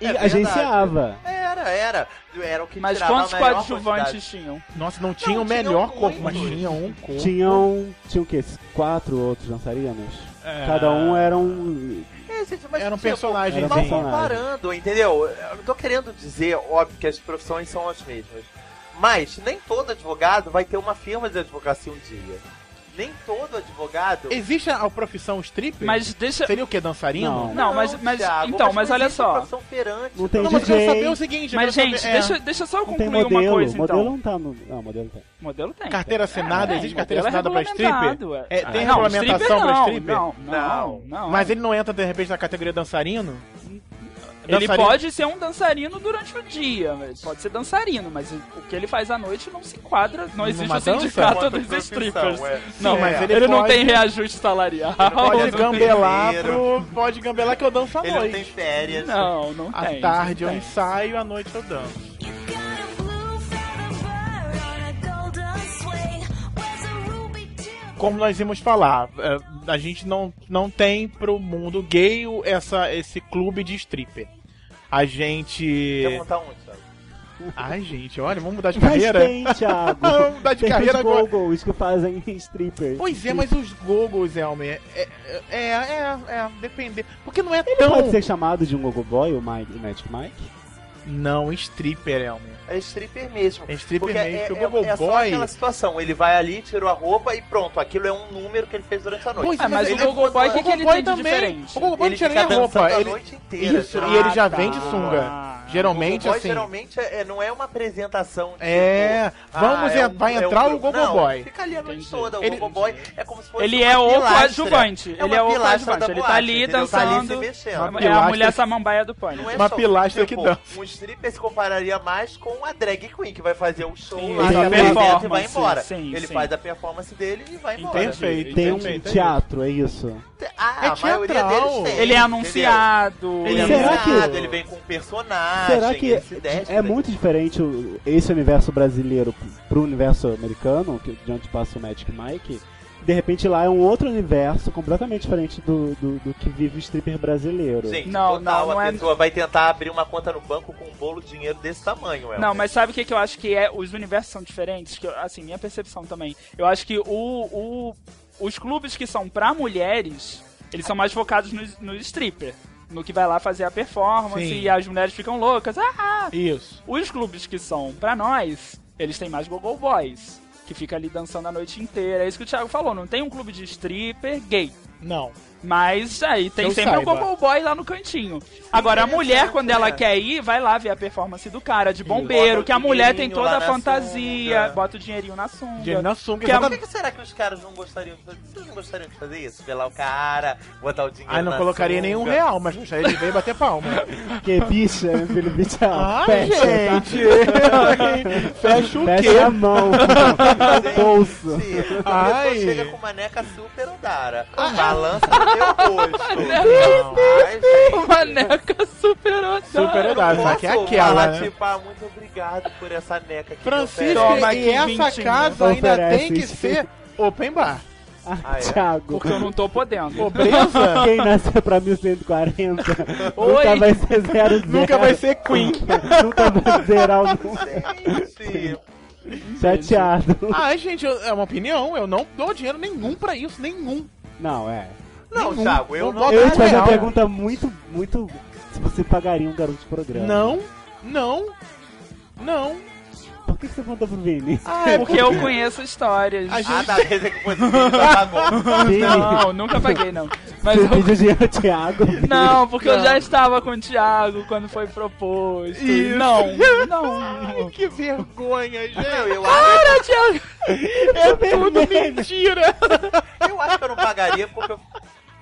D: e
B: É verdade.
D: agenciava.
B: Era, era. Era o que
C: mas
B: tirava a
C: quantos
B: maior
C: coadjuvantes
B: quantidade.
C: tinham?
A: Nossa, não tinha o
B: tinha
A: melhor
B: muito.
A: corpo, mas tinha um corpo.
D: Tinham, tinham o quê? Quatro outros dançarinos?
A: É.
D: Cada um era um
B: É, gente, mas
A: Era um
B: tipo,
A: personagem,
D: Era um
B: Mal
D: Sim.
B: comparando, entendeu? Eu não tô querendo dizer, óbvio, que as profissões são as mesmas. Mas nem todo advogado vai ter uma firma de advocacia um dia. Nem todo advogado.
A: Existe a profissão stripper?
C: Mas deixa...
A: Seria o que? Dançarino?
D: Não.
C: Não, mas- mas- então, mas olha
B: existe
C: só.
B: profissão Perante,
D: Não tem
A: Não, mas eu
D: DJ.
A: quero saber o seguinte... eu
C: Mas,
A: quero
C: gente,
A: saber- é,
C: deixa, deixa eu só
D: Não tem
C: concluir
D: modelo.
C: uma coisa,
D: modelo
C: então.
D: não tá no. Não, modelo tem.
C: Modelo tem.
A: um Carteira assinada?
C: É,
A: Existe
C: é,
A: carteira
C: modelo
A: assinada pra
C: regulamentado,
A: stripper?
C: é.
A: É, tem
C: não,
A: regulamentação
C: stripper
A: pra
C: não,
A: stripper?
C: Não, não, não.
A: Mas ele não entra, de repente, na categoria dançarino?
C: Ele
A: Dançarino.
C: pode ser um dançarino durante o dia, mas pode ser dançarino, mas o que ele faz à noite não se enquadra, não existe
A: Numa
C: o
A: dança?
C: sindicato
B: Enquanto
C: dos
B: profissão,
C: Ah, strippers.
B: é.
C: Não,
A: Sim,
C: mas
A: é.
C: ele,
A: Ele
C: não
A: pode-
C: tem reajuste salarial.
A: Pode
B: Olha,
A: gambelar
B: primeiro.
A: pro. Pode gambelar que eu danço à
B: Ele não tem
A: noite.
B: férias.
C: é um Não, não
A: À
C: tem.
A: tarde
C: não
A: eu
C: tem.
A: ensaio, à noite eu danço.
E: Got a blue feather bird on a golden swing. Wears a ruby too.
A: como nós íamos falar, é, a gente não, não tem pro mundo gay o- essa, esse clube de stripper. A
B: Quer
A: gente.
B: montar um, Thiago?
A: Ai, gente, olha, vamos mudar de
D: Mas
A: carreira?
D: tem, Thiago.
A: Vamos mudar de
D: tem
A: carreira
D: os
A: agora.
D: goggles que fazem stripper.
A: Pois é, mas os Googles, Elmer, é, é, é, é, depender. Porque não é
D: Ele
A: tão.
D: pode ser chamado de um gogo boy, o Mike, o Magic Mike?
A: Não, stripper, Elmer.
B: É stripper mesmo.
A: É stripper
B: Porque
A: mesmo,
B: é,
A: porque o
B: é-
A: Gogo
B: é só
A: Boy-
B: aquela situação. Ele vai ali, tirou a roupa e pronto. Aquilo é um número que ele fez durante a noite.
A: Pois
C: É, mas
B: Ele
C: o Gogo Boy, o que,
A: Gogo
C: que ele
A: Boy
C: tem de
A: também.
C: diferente?
A: O Gogo Boy não
B: fica
A: tira nem a
B: dançando
A: roupa.
B: a
A: ele-
B: noite inteira.
A: Isso,
B: já.
A: e ele já
C: tá.
A: vem de sunga.
B: O
A: Geralmente,
B: Gogo Boy
A: assim.
B: geralmente é, não é uma apresentação tipo,
A: É, vamos
B: ah, é
A: en-
B: um-
A: vai
B: é um
A: entrar o
B: grupo.
A: Gogo
B: Não,
A: Boy.
B: ele Fica ali a noite
C: Entendi.
B: toda. O
A: Ele-
B: Gogo Boy é como se fosse
C: Ele
B: uma
C: é o
B: pilastra.
C: coadjuvante.
B: É
C: ele
B: uma
C: é o
B: pilastra
C: coadjuvante.
B: da
C: Ele tá ali
B: boate, entendeu? Tá ali
C: dançando.
B: se mexendo.
C: É a
A: Pilastra.
C: mulher samambaia do pânico.
B: Não
A: Uma
B: só,
A: pilastra
B: tipo,
A: que dança.
B: Um stripper se compararia mais com a drag queen, que vai fazer o show
C: Sim, é
B: lá
D: ele
B: da
D: tem a
B: performance e vai
C: performance,
B: embora.
C: sim,
B: ele
C: sim.
B: faz a performance dele e vai embora.
A: Perfeito,
D: Tem um
A: perfeito, é
D: teatro, é isso?
A: É
B: Ah, a maioria
A: teatral.
B: deles tem.
C: Ele é
B: entendeu?
C: anunciado.
B: Ele é
D: Será que-
B: anunciado, ele vem com um personagem.
D: Será que
B: ele se veste, né?
D: é muito diferente o- esse universo brasileiro pro universo americano, que, de onde passa o Magic Mike? De repente lá é um outro universo completamente diferente do, do, do que vive o stripper brasileiro.
B: Gente,
C: Não,
B: total,
C: não, não
B: a
C: é-
B: pessoa vai tentar abrir uma conta no banco com um bolo de dinheiro desse tamanho, Elton.
C: Não, mas sabe o que, que eu acho que é? Os universos são diferentes, que eu- assim, minha percepção também. Eu acho que o, o- os clubes que são pra mulheres, eles são mais focados no, no stripper. No que vai lá fazer a performance
A: Sim.
C: e as mulheres ficam loucas. Ah,
A: Isso.
C: os clubes que são pra nós, eles têm mais gogo boys. Que fica ali dançando a noite inteira. É isso que o Thiago falou. Não tem um clube de stripper gay.
A: Não.
C: Mas aí tem
A: eu
C: sempre
A: saiba.
C: um Gogo Boy lá no cantinho. Agora a mulher, quando ela quer ir, vai lá ver a performance do cara de
B: Bota
C: bombeiro,
B: o
C: que a mulher tem
B: dinheirinho
C: toda
B: lá
C: a
B: na
C: fantasia,
B: sunga.
C: bota o dinheirinho na sunga.
A: Dinheiro na sunga,
C: Que é
B: Por
A: exatamente.
B: que, um que será que os caras não gostariam de fazer isso? Vocês não gostariam de fazer isso? Pelar o cara, botar o dinheiro
A: Ah, não
B: na
A: colocaria
B: tá sunga.
A: nenhum real, mas gostaria de ver e bater palma.
D: Porque bicha, meu filho, bicha,
A: Ah,
D: fecha, tá?
A: gente! Fecha o
D: fecha a
A: quê?
D: mão, o bolso.
B: Sim, a
A: Ai.
B: pessoa chega com maneca super andara.
C: Ah,
B: Balança no meu rosto. Ai,
C: O é Maneca superou.
A: Super
B: Eu
A: odada, só
B: posso
A: que é aquela,
B: falar,
A: né?
B: tipo, ah, muito obrigado por essa neca que me
A: Francisco,
B: oferece.
C: Toma
A: e um.
C: aqui,
A: essa
C: vintinho.
A: casa ainda
D: Oferece
A: tem que
D: isso.
A: ser open bar.
D: Ah,
B: Ah, é?
D: Thiago.
C: Porque eu não tô podendo.
A: Pobreza
D: Quem nasceu pra 1140 nunca
C: Oi.
D: vai ser zero, zero.
A: nunca vai ser queen.
D: Nunca vai zerar o mundo.
B: Gente,
D: Chateado.
A: Ai, gente, eu- é uma opinião, eu não dou dinheiro nenhum pra isso, nenhum.
D: Não, é.
B: Não,
A: Nenhum.
B: Thiago, eu não.
A: Não,
D: Eu ia te
A: não,
D: fazer uma
A: não.
D: pergunta muito, muito. Se você pagaria um garoto de programa.
A: Não, não, não.
D: Por que que você pergunta pro Vini?
A: Ah, é
C: Porque eu conheço histórias. Ah,
A: A gente-
B: Ah, da vez é que foi tá bom.
D: Vini,
C: Não, nunca paguei, não. Mas
D: você
C: eu.
D: pediu dinheiro ao Thiago? Vini?
C: Não, porque eu
A: Não.
C: já estava com o Thiago quando foi proposto.
A: Isso.
C: Não, não.
A: que vergonha,
B: Não,
A: gente.
B: eu acho,
C: Para, Thiago!
A: É tudo mentira.
B: eu acho que eu não pagaria porque eu,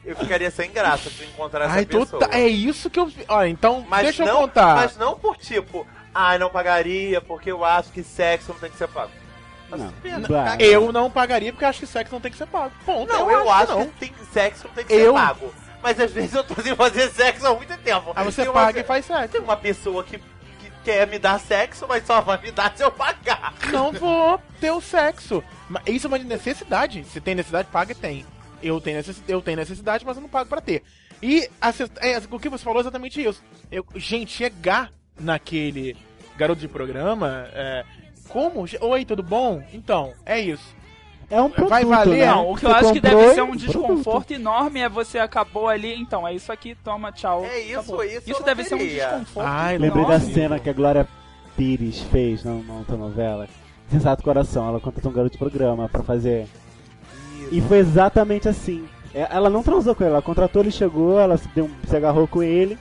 B: eu ficaria sem graça se eu encontrar essa
A: Ai,
B: pessoa.
A: total. É isso que eu. Ó, então,
B: Mas
A: deixa
B: não,
A: eu contar.
B: Mas não por tipo, ai, não pagaria porque eu acho que sexo não tem que ser pago. Mas
D: Não,
B: pena,
D: claro.
B: caguei.
A: Eu não pagaria porque eu acho que sexo não tem que ser pago. Ponto.
B: Não, eu, acho que,
A: não.
B: tem, sexo não tem que
A: Eu-
B: ser pago. Mas às vezes eu tô sem fazer sexo há muito tempo.
A: Aí você
B: Tem uma-
A: paga e faz sexo.
B: Tem uma pessoa que, que quer me dar sexo, mas só vai me dar se eu pagar.
A: Não vou ter o sexo. Ma- Isso é uma necessidade. Se tem necessidade, paga e tem. Eu tenho, necess- eu tenho necessidade, mas eu não pago pra ter. E a ce- é, o que você falou é exatamente isso. Eu, gente, chegar naquele garoto de programa, é, como? Ge- Oi, tudo bom? Então, é isso.
D: É um produto,
A: Vai valer?
D: né?
C: Não, o que eu
D: Você
C: acho que
D: comprou
C: deve ser
D: e
C: um desconforto enorme é você acabou ali, então é isso aqui, toma, tchau.
B: É isso,
C: acabou.
B: isso eu
C: Isso
B: não
C: deve ser um
B: queria.
C: desconforto.
A: Ai,
D: Lembrei
C: Nossa.
D: da cena que a Glória Pires fez na na outra novela. Sensato Coração, ela contratou um garoto de programa pra fazer. E foi exatamente assim. É, Ela não transou com ele, ela contratou, ele chegou, ela se, deu um- se agarrou com ele.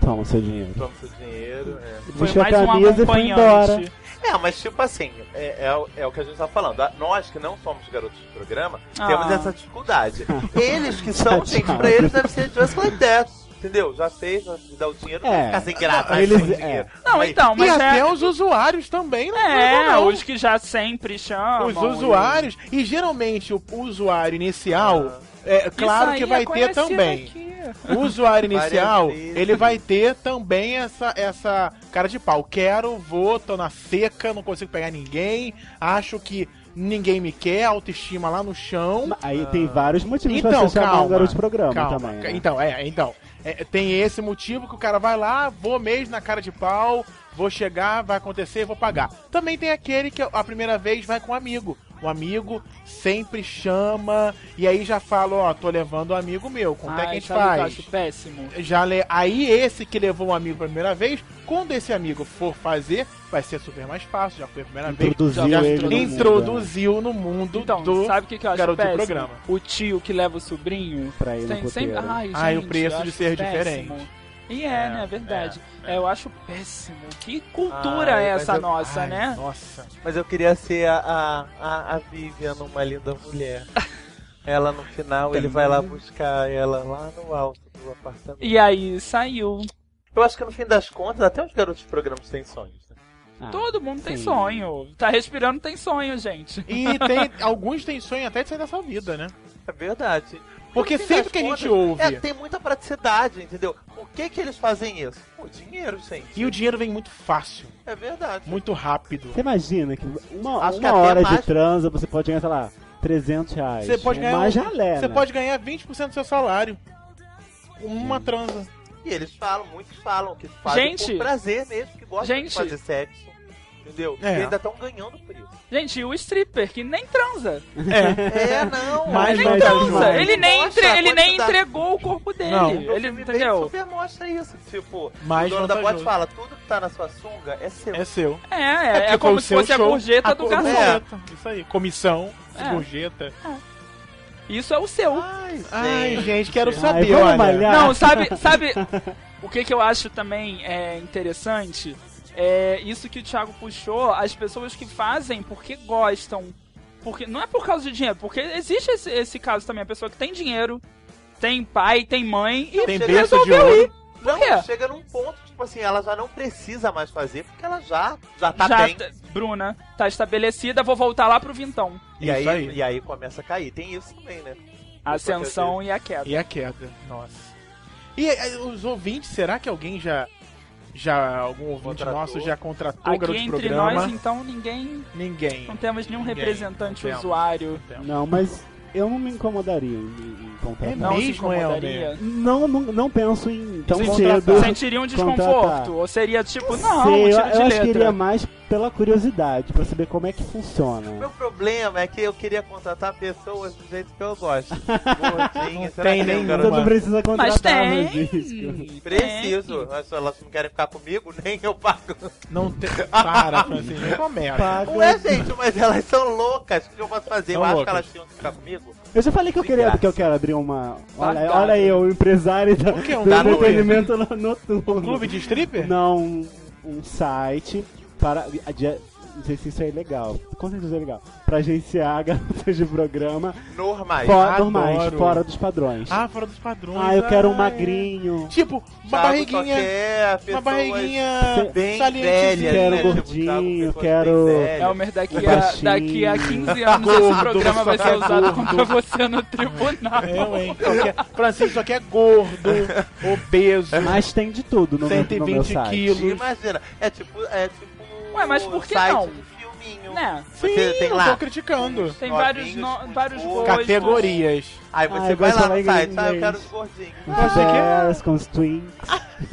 D: Toma seu dinheiro.
B: Toma seu dinheiro. É,
D: Vestiu
C: um
A: um
D: a camisa e foi embora.
B: É, mas tipo assim, é, é o- é o que a gente tá falando. Ah, Nós que não somos garotos de programa,
C: Ah.
B: temos essa dificuldade. Eles que são, gente, pra eles deve ser just like that. Entendeu? Já fez, já me dá o dinheiro.
D: É.
B: É. Ficar sem graça,
D: Eles-
B: sem
D: é.
B: dinheiro.
C: Não,
B: Mas-
C: então,
A: E
C: mas
A: até
C: é,
A: os usuários também não
C: é,
A: mandam, não.
C: os que já sempre chamam. né?
A: Os usuários, e geralmente o usuário inicial, é
C: Ah. Isso
A: claro
C: aí
A: que
C: é
A: vai ter
C: conhecido
A: também.
C: aqui.
A: O usuário
B: Várias
A: inicial,
B: vezes.
A: ele vai ter também essa, essa cara de pau. Quero, vou, tô na seca, não consigo pegar ninguém, acho que ninguém me quer, autoestima lá no chão.
D: Aí tem vários motivos pra
A: Então,
D: você chamar um
A: calma.
D: garoto de programa
A: calma.
D: também. né?
A: Então, é, então. é, tem esse motivo que o cara vai lá, vou mesmo na cara de pau, vou chegar, vai acontecer, vou pagar. Também tem aquele que a primeira vez vai com um amigo. O amigo sempre chama, e aí já fala, ó, tô levando um amigo meu, quanto é que a
C: Ai,
A: gente
C: sabe o que eu
A: faz?
C: acho péssimo.
A: já le... aí esse que levou um amigo pela primeira vez, quando esse amigo for fazer, vai ser super mais fácil, já foi a primeira vez.
D: Introduziu
A: já
D: ele no mundo,
A: introduziu no mundo
C: Então,
A: do
C: sabe o que, que eu acho
A: garoto do
C: péssimo?
A: programa.
C: O tio que leva o sobrinho.
D: né, Pra ir no
C: Tem sempre...
D: puteiro.
C: Ai,
A: Ai,
C: gente,
A: Ah, o preço
C: eu
A: de
C: acho
A: ser
C: péssimo.
A: diferente.
C: E é, né? É verdade. É, Eu acho péssimo. Que cultura
B: Ai,
C: é
B: mas
C: essa
B: eu-
C: nossa,
A: Ai,
C: né?
A: Nossa.
B: Mas eu queria ser a, a, a, a Vivian, uma linda mulher. Ela no final, ele vai lá buscar ela lá no alto do apartamento.
C: E aí saiu.
B: Eu acho que no fim das contas, até os garotos de programas têm sonhos. né?
D: Ah,
C: Todo mundo tem
D: sim.
C: sonho. Tá respirando, tem sonho, gente.
A: E tem alguns têm sonho até de sair dessa vida, né?
B: É verdade.
A: Porque
B: No fim
A: sempre
B: das
A: que a gente
B: contas,
A: ouve-
B: É, tem muita praticidade, entendeu? Por que que eles fazem isso? Pô, dinheiro, gente.
A: E o dinheiro vem muito fácil,
B: É verdade.
A: muito rápido.
D: Você imagina que uma,
B: Acho que
D: uma
B: até
D: hora
B: mais-
D: de transa você pode ganhar, sei lá, 300 reais.
A: Você pode ganhar
D: Uma
A: um-
D: jalé,
A: Você
D: né?
A: pode ganhar 20% do seu salário. Uma transa.
B: E eles falam, muitos falam que fazem
C: Gente.
B: por prazer mesmo, que gostam
C: Gente.
B: de fazer sexo. Entendeu?
A: É.
B: E ainda estão ganhando por isso.
C: Gente, e o stripper que nem transa.
B: É, não. é
A: Mas
C: ele
A: não
C: nem
A: tá
C: transa.
A: demais.
C: Ele, nem,
B: Mostra
C: entre-
B: a
C: ele nem
B: quantidade.
C: entregou o corpo dele.
A: Não.
B: O
C: Ele
B: filme bem
C: entendeu?
B: super mostra isso. Tipo,
A: Mais
B: o dono da boate
A: vantajoso.
B: fala, tudo que tá na sua sunga é seu.
A: É seu.
C: É, é, é,
A: porque foi
C: como
A: o
C: se
A: seu
C: fosse a
A: show.
C: gorjeta do
A: cor- É.
C: garçom.
A: gorjeta, Isso aí. Comissão,
C: É.
A: gorjeta.
C: Isso é o seu.
B: Ai,
A: Ai,
B: gente.
A: gente, quero
D: Ai,
A: saber,
D: vamos
A: olha.
D: malhar.
C: Não, sabe, sabe o que, que eu acho também é interessante? É isso que o Thiago puxou, as pessoas que fazem porque gostam. Porque não é por causa de dinheiro, porque existe esse, esse caso também, a pessoa que tem dinheiro, tem pai, tem mãe e
A: Tem
B: Chega-
A: berço de
C: resolveu
A: ouro.
C: ir.
B: Não,
C: quê?
B: chega num ponto, tipo assim, ela já não precisa mais fazer, porque ela já, já tá
C: já,
B: bem.
C: t- Bruna, tá estabelecida, vou voltar lá pro Vintão.
B: E
A: É Isso
B: aí,
A: aí.
B: e aí começa a cair. Tem isso também, né?
A: é
C: A ascensão e a queda.
A: E a queda, nossa. E eh, os ouvintes, será que alguém já. Já. Algum ouvinte
B: Contratou.
A: nosso já contratou o
C: Aqui
A: garoto de
C: entre
A: programa?
C: nós, então, ninguém.
A: Ninguém.
C: Não temos nenhum
A: Ninguém,
C: representante
A: não temos.
C: usuário.
D: Não, mas eu não me incomodaria em, em contratar.
A: É
C: Não se
A: Mesmo, Elmer?
C: incomodaria.
D: Não, não, não penso em tão
A: Sem
D: cedo.
A: contratar.
C: Sentiriam
D: Tá.
C: um
D: Contratar.
C: desconforto? Ou seria tipo, não,
D: Sei,
C: um
D: eu,
C: tiro de
D: eu acho que iria
C: letra?
D: mais pela curiosidade, pra saber como é que
B: O
D: funciona.
B: meu problema é que eu queria contratar pessoas do jeito que eu gosto. Gordinha,
A: Não
B: será
A: tem
B: que tem um
A: nenhum.
D: Então
B: garoto?
D: não precisa contratar
C: Mas tem!
D: meu disco.
C: tem.
B: Preciso. Mas se elas não querem ficar comigo, nem eu pago.
A: Não tem. Para, Francisco, não começa.
D: Paga.
B: Ué, gente, mas elas são loucas. O que eu posso fazer?
A: São
B: eu acho
A: loucas.
B: que elas tinham que ficar comigo.
D: Eu já falei que eu
B: De
D: queria
B: graça.
D: que eu quero abrir uma. Olha,
C: Bacana.
D: olha aí, o empresário da,
A: O quê? Um
D: do
A: clube?
D: entretenimento no- noturno.
A: Um clube de stripper?
D: Não, um- um site para. a dia- Não sei se isso é legal. Com certeza é legal. Pra agenciar garotas de programa
B: Normais.
D: fora,
A: adoro.
D: normais, fora dos padrões.
A: Ah, fora dos padrões.
D: Ah, eu quero um
A: ai.
D: magrinho.
A: Tipo, uma
B: Thiago
A: barriguinha.
B: Só quer é? pessoas
A: Uma barriguinha
B: bem
A: salientezinha.
B: velhas,
D: Quero
B: né?
D: gordinho,
B: pessoas bem
D: quero-
B: velhas.
A: É
C: Elmer, É, daqui
D: O
C: a,
D: baixinho.
C: daqui a 15 anos esse
A: Gordo,
C: programa vai ser
A: só
C: usado
A: gordo.
C: contra você no tribunal.
D: É.
A: Eu, hein? Só quer- Francisco só quer gordo, obeso,
D: Mas tem de tudo no, meu- no meu
A: 120
D: site.
A: quilos.
B: Imagina, é tipo, é tipo um
C: Ué, mas por que
B: site
C: não?
B: de filminho.
C: Né?
B: Você
A: Sim,
B: tem
A: não
B: lá
A: tô criticando.
C: Tem
B: Novinhos,
C: vários, no,
B: com
C: vários
B: cor.
C: gostos.
A: Categorias.
B: Aí
D: Ah,
B: você vai
D: eu gosto
B: lá no
D: de falar em
B: site, ah, eu
D: inglês.
B: quero os gordinhos.
D: Com
A: Mas
D: os
A: é que-
D: bears, com os twinks,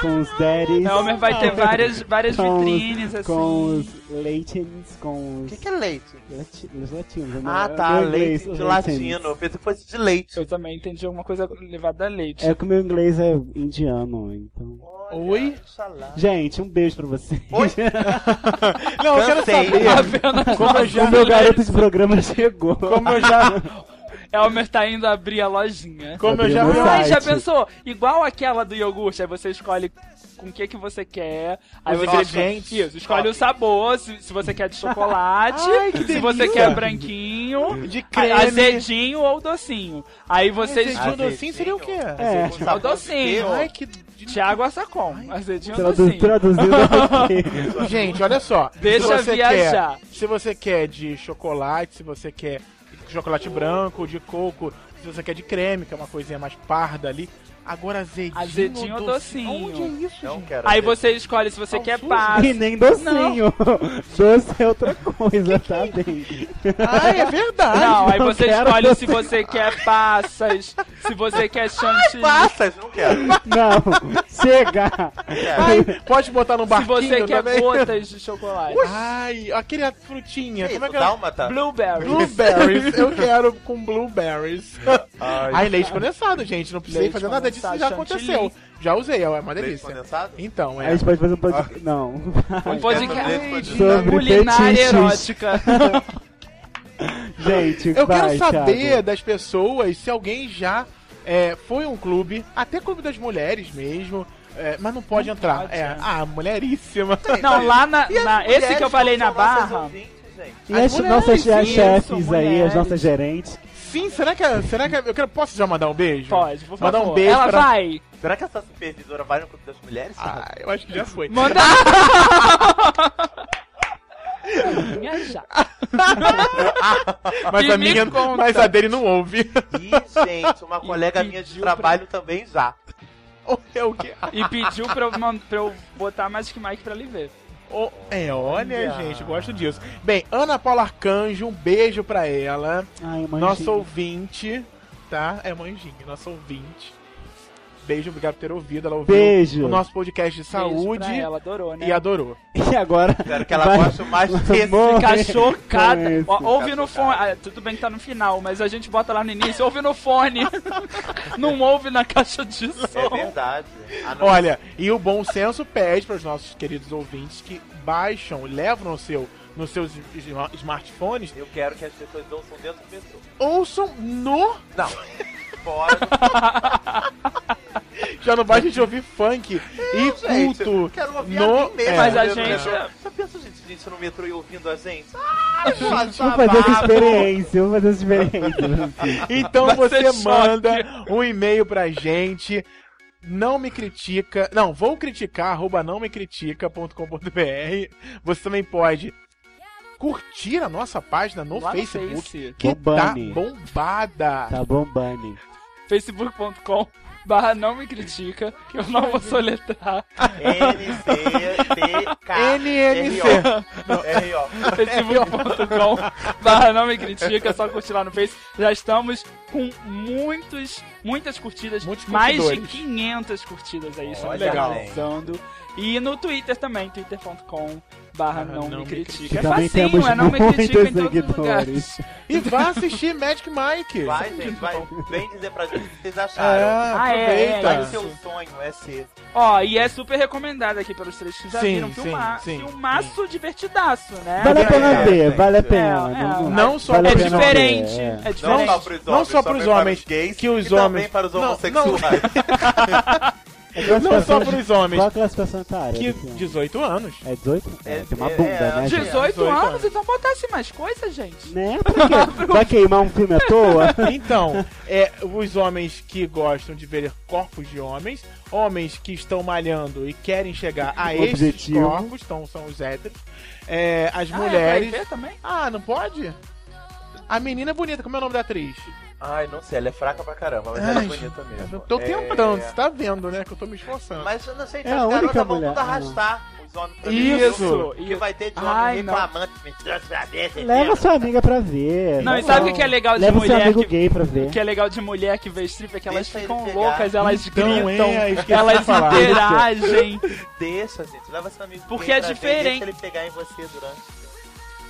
D: com os daddies.
C: Elmer É, vai ter várias, várias
D: Com os-
C: vitrines, assim.
D: Com os latins, com
B: O
D: os.
B: que, que é leite?
D: lati- Os latinos. eu não-
B: Ah,
D: eu
B: tá,
D: não inglês,
B: leite
D: os
B: de
D: latinos.
B: latino. Eu pensei que fosse de leite.
C: Eu também entendi alguma coisa levada a leite.
D: É que o meu inglês é indiano, então.
B: Olha,
A: Oi?
B: oxalá.
D: Gente, um beijo pra você.
B: Oi?
A: Não, eu quero
C: Tá
B: Cansei.
A: saber.
C: Apenas
A: Como eu
C: nós
A: já-
D: o meu garoto de programa chegou.
A: Como eu já,
C: Elmer tá indo abrir a lojinha.
A: Como eu
D: Abriu
A: já
D: meu
A: vi.
C: Ai, já
D: site.
C: pensou? Igual aquela do iogurte, aí você escolhe com o que que você quer, aí
A: Os
C: você
A: ingredientes.
C: escolhe- Isso, escolhe o sabor, se, se você quer de chocolate,
A: Ai, que
C: se você
A: delícia.
C: quer branquinho,
A: De
C: a-
A: creme.
C: azedinho ou docinho. Aí você
A: Azedinho
B: Ah,
C: escolhe
A: docinho seria o quê?
D: É.
B: Com um sabor de
C: docinho.
B: queijo.
A: Ai, é que...
C: Thiago Assacom, azedinho ou
D: Tradu-
C: docinho.
D: Traduzindo aqui.
A: Gente, olha só.
C: Deixa
A: se você
C: viajar.
A: Quer, se você quer de chocolate, se você quer de chocolate branco, de coco, se você quer de creme, que é uma coisinha mais parda ali. Agora azedinho,
C: Azedinho ou docinho?
A: Onde é isso,
B: Não
A: gente?
B: quero.
C: Aí
B: ver.
C: você escolhe se você quer
A: sujo.
D: E
C: base.
D: nem docinho. Doce é outra coisa, tá
A: é
D: bem?
A: Ah, é verdade.
C: Não, aí
D: não
C: você
D: quero
C: escolhe se
D: docinho.
C: você quer passas, se você quer chantilly.
B: Passas, não quero.
A: é
D: Não, chega!
A: Ai, pode botar no
C: Se
A: barquinho
C: você quer
A: também.
C: gotas de chocolate.
A: Ai, aquele frutinha.
B: Que
A: Como é
B: isso,
A: que era?
B: dálmata?
C: Blueberry.
A: Blueberries. Eu quero com blueberries.
B: Ai,
A: Ai, leite condensado, gente. Não precisei
C: Leite
A: fazer nada disso, já
C: condensado,
A: aconteceu.
C: chantilly.
A: Já usei, é uma
B: leite
A: delícia.
B: condensado?
A: Então,
D: A
A: é.
D: gente pode fazer um podcast. Não.
C: Um
B: Leite
C: podcast
B: condensado.
D: Sobre
C: culinária
D: fetiches.
C: erótica.
D: Gente,
A: Eu
D: vai,
A: quero saber
D: Thiago.
A: das pessoas se alguém já é, foi a um clube, até clube das mulheres mesmo, é, mas não pode entrar.
C: pode,
A: é.
C: é.
A: Ah, mulheríssima.
C: Não, lá na,
B: E as
C: na- esse que eu
B: mulheres
C: falei
B: são
C: na
B: nossas
C: barra.
B: ouvintes, gente?
D: E as,
A: as
D: nossas
A: mulheres,
D: as
A: isso,
D: chefes aí, as
C: mulheres.
D: nossas gerentes.
A: Sim, será que. é, Será que eu quero, posso já mandar um beijo?
C: Pode, por favor.
A: Mandar um beijo
C: Ela
A: pra-
C: vai.
B: Será que essa supervisora vai no clube das mulheres?
A: Ah, eu acho que já foi.
C: Manda. Minha já.
A: mas,
C: que
A: a
C: me
A: minha,
C: conta.
A: mas a dele não ouve.
B: Ih, gente, uma colega minha de
C: pediu pra-
B: trabalho também já.
A: O que é o que?
C: E pediu pra eu, man- pra eu botar Magic Mike pra ele ver.
A: O- É, olha,
B: Olha.
A: gente, gosto disso. Bem, Ana Paula Arcanjo, um beijo pra ela.
D: Ai, mãe.
A: Nosso ouvinte, tá? É manjinho, nosso ouvinte. Beijo, obrigado por ter ouvido. Ela ouviu
D: Beijo.
A: o nosso podcast de
C: Beijo
A: saúde
C: pra Ela adorou, né?
A: e adorou.
D: E agora.
B: Espero que ela
D: vai-
B: goste mais desse.
D: Amor.
C: Ficar chocada.
D: Com esse.
C: Ó, ouve no
B: Ficar
C: fone. Ah, tudo bem que tá no final, mas a gente bota lá no início. Ouve no fone. Não ouve na caixa de
B: É
C: som.
B: verdade. A não-
A: Olha, e o bom senso pede para os nossos queridos ouvintes que baixam, levam no seu, nos seus esma- smartphones,
B: Eu quero que as pessoas ouçam dentro do metrô.
A: ouçam no.
B: Não. Fora do
A: Já não basta a gente ouvir funk e
B: É, gente,
A: culto.
B: eu Quero ouvir
A: no-
B: a mim mesmo.
A: é.
C: Mas a
B: dentro do
C: gente-
B: metrô. Você pensa, gente, gente no metrô e ouvindo a gente? Ah, Ai,
D: Vamos fazer essa experiência, vamos fazer essa experiência.
A: Então
C: Vai
A: você
C: ser choque.
A: manda um e-mail pra gente. Não me critica. Não, vou criticar, arroba não me critica.com.br. Você também pode curtir a nossa página no
C: Lá no
A: Facebook.
C: Face.
A: Que tá
D: Bombane.
A: bombada.
D: Tá bom, Bunny.
C: facebook.com barra não me critica, eu não vou soletrar.
B: NCTK.
A: NMC.
B: R.O.
C: facebook.com barra não me critica, é só curtir lá no Face. Já estamos com muitos, muitas curtidas,
A: Muitos
C: mais de
A: curtidores.
C: 500 curtidas aí, estamos
B: Olha,
A: legal.
C: analisando. E no Twitter também, twitter.com barra não me critica. É
D: Que também
C: facinho,
D: temos
C: é não me critica em
D: muitos
C: todos os
D: seguidores.
C: lugares.
A: E vá assistir Magic Mike.
B: Vai, gente, vai. Vem dizer pra gente o que vocês acharam.
A: Ah,
C: Ah, é,
A: aproveita.
B: Mas
C: é,
B: o seu sonho é ser.
C: Ó, e é super recomendado aqui pelos três que já
A: Sim,
C: viram.
A: sim,
C: Filma,
A: sim,
C: filmaço divertidaço, né?
D: Vale a pena
B: é,
D: ver,
B: é,
D: vale
B: é,
D: a pena.
C: é,
D: não-
C: é.
A: Não só
D: vale a
C: É
A: pra
D: pena ver,
C: diferente,
D: é.
C: é
B: Não
C: diferente.
B: só pros homens,
A: Não só pros
B: também
A: homens,
B: para os gays,
A: que os
B: e também
A: homens-
B: para os
A: Não, não.
B: homossexuais.
A: Não só pros homens.
D: Qual a classificação etária?
A: Que
D: do filme?
A: 18 anos.
D: É 18?
B: É,
D: É, tem uma
B: é,
D: bunda,
B: é,
D: né?
B: é.
D: gente?
C: 18
A: 18
C: anos,
A: anos.
C: então botasse mais coisa, gente.
D: Né? Pra quê? Vai queimar um filme à toa?
A: Então, é, os homens que gostam de ver corpos de homens, homens que estão malhando e querem chegar a esses
D: Objetivo.
A: corpos, então são os héteros, é, as
C: Ah,
A: mulheres.
C: É pra IP também?
A: ah, não pode? A menina é bonita, como é o nome da atriz?
B: Ai, não sei, ela é fraca pra caramba, mas ela é
A: Ai,
B: bonita mesmo.
A: Eu tô
B: É,
A: tentando, você tá vendo, né? Que eu tô me esforçando.
B: Mas, não sei,
D: É a
B: as
D: única
B: garotas vão
D: mulher.
B: tudo arrastar os homens pra
A: Isso.
B: Que vai ter de
C: Ai,
B: homem
C: não.
B: reclamando que me trouxe a desse
D: Leva
B: mesmo.
D: sua amiga pra ver.
C: Não,
D: Vai
C: e sabe
D: lá.
C: o que é legal de
D: Leva seu
C: mulher
D: amigo
C: que-
D: gay pra ver.
C: O que é legal de mulher que vê strip é que elas
B: Deixa ele
C: ficam
B: pegar.
C: loucas, elas
A: Então,
C: gritam,
A: é, esqueci de
C: elas
A: falar.
C: interagem.
B: Deixa, gente, leva seu amigo
C: Porque
B: gay
C: é
B: pra ver,
C: diferente.
B: Deixa ele pegar em você durante.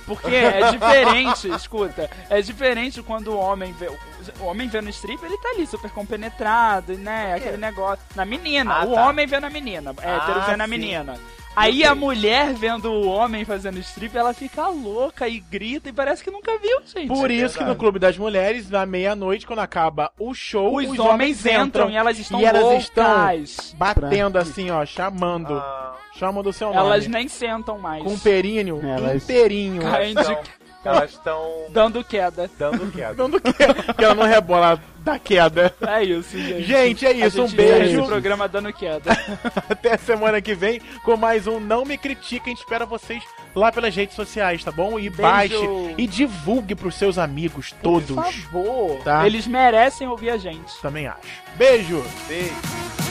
C: Porque é diferente, escuta. É diferente quando o homem vê. O homem vê no strip, ele tá ali super compenetrado, né?
B: quê?
C: Aquele negócio. Na menina.
B: Ah,
C: o
B: tá.
C: homem vê na menina. É,
B: Ah,
C: hétero vê na
B: sim.
C: menina. Aí a mulher vendo o homem fazendo strip, ela fica louca e grita e parece que nunca viu, gente.
A: Por isso que no Clube das Mulheres, na meia-noite, quando acaba o show,
C: os, homens entram e elas estão
A: e elas
C: loucas.
A: estão batendo
D: Pra-
A: assim, ó, chamando.
B: Ah,
A: Chamam do seu nome.
C: Elas nem sentam mais.
A: Com um períneo
D: Elas-
A: inteirinho.
C: Cara,
B: elas
C: indica-
B: tão- elas estão
C: Dando queda.
B: dando queda.
A: Dando que, que ela não rebola da queda.
C: É isso, gente.
A: Gente, é isso.
C: A
A: Um
C: gente encerra
A: beijo.
C: Esse programa dando queda.
A: Até semana que vem com mais um Não Me Critica. A gente espera vocês lá pelas redes sociais, tá bom? E baixe e divulgue pros seus amigos todos.
C: Por favor.
A: Tá.
C: Eles merecem ouvir a gente.
A: Também acho. Beijo!
B: Beijo.
E: Thank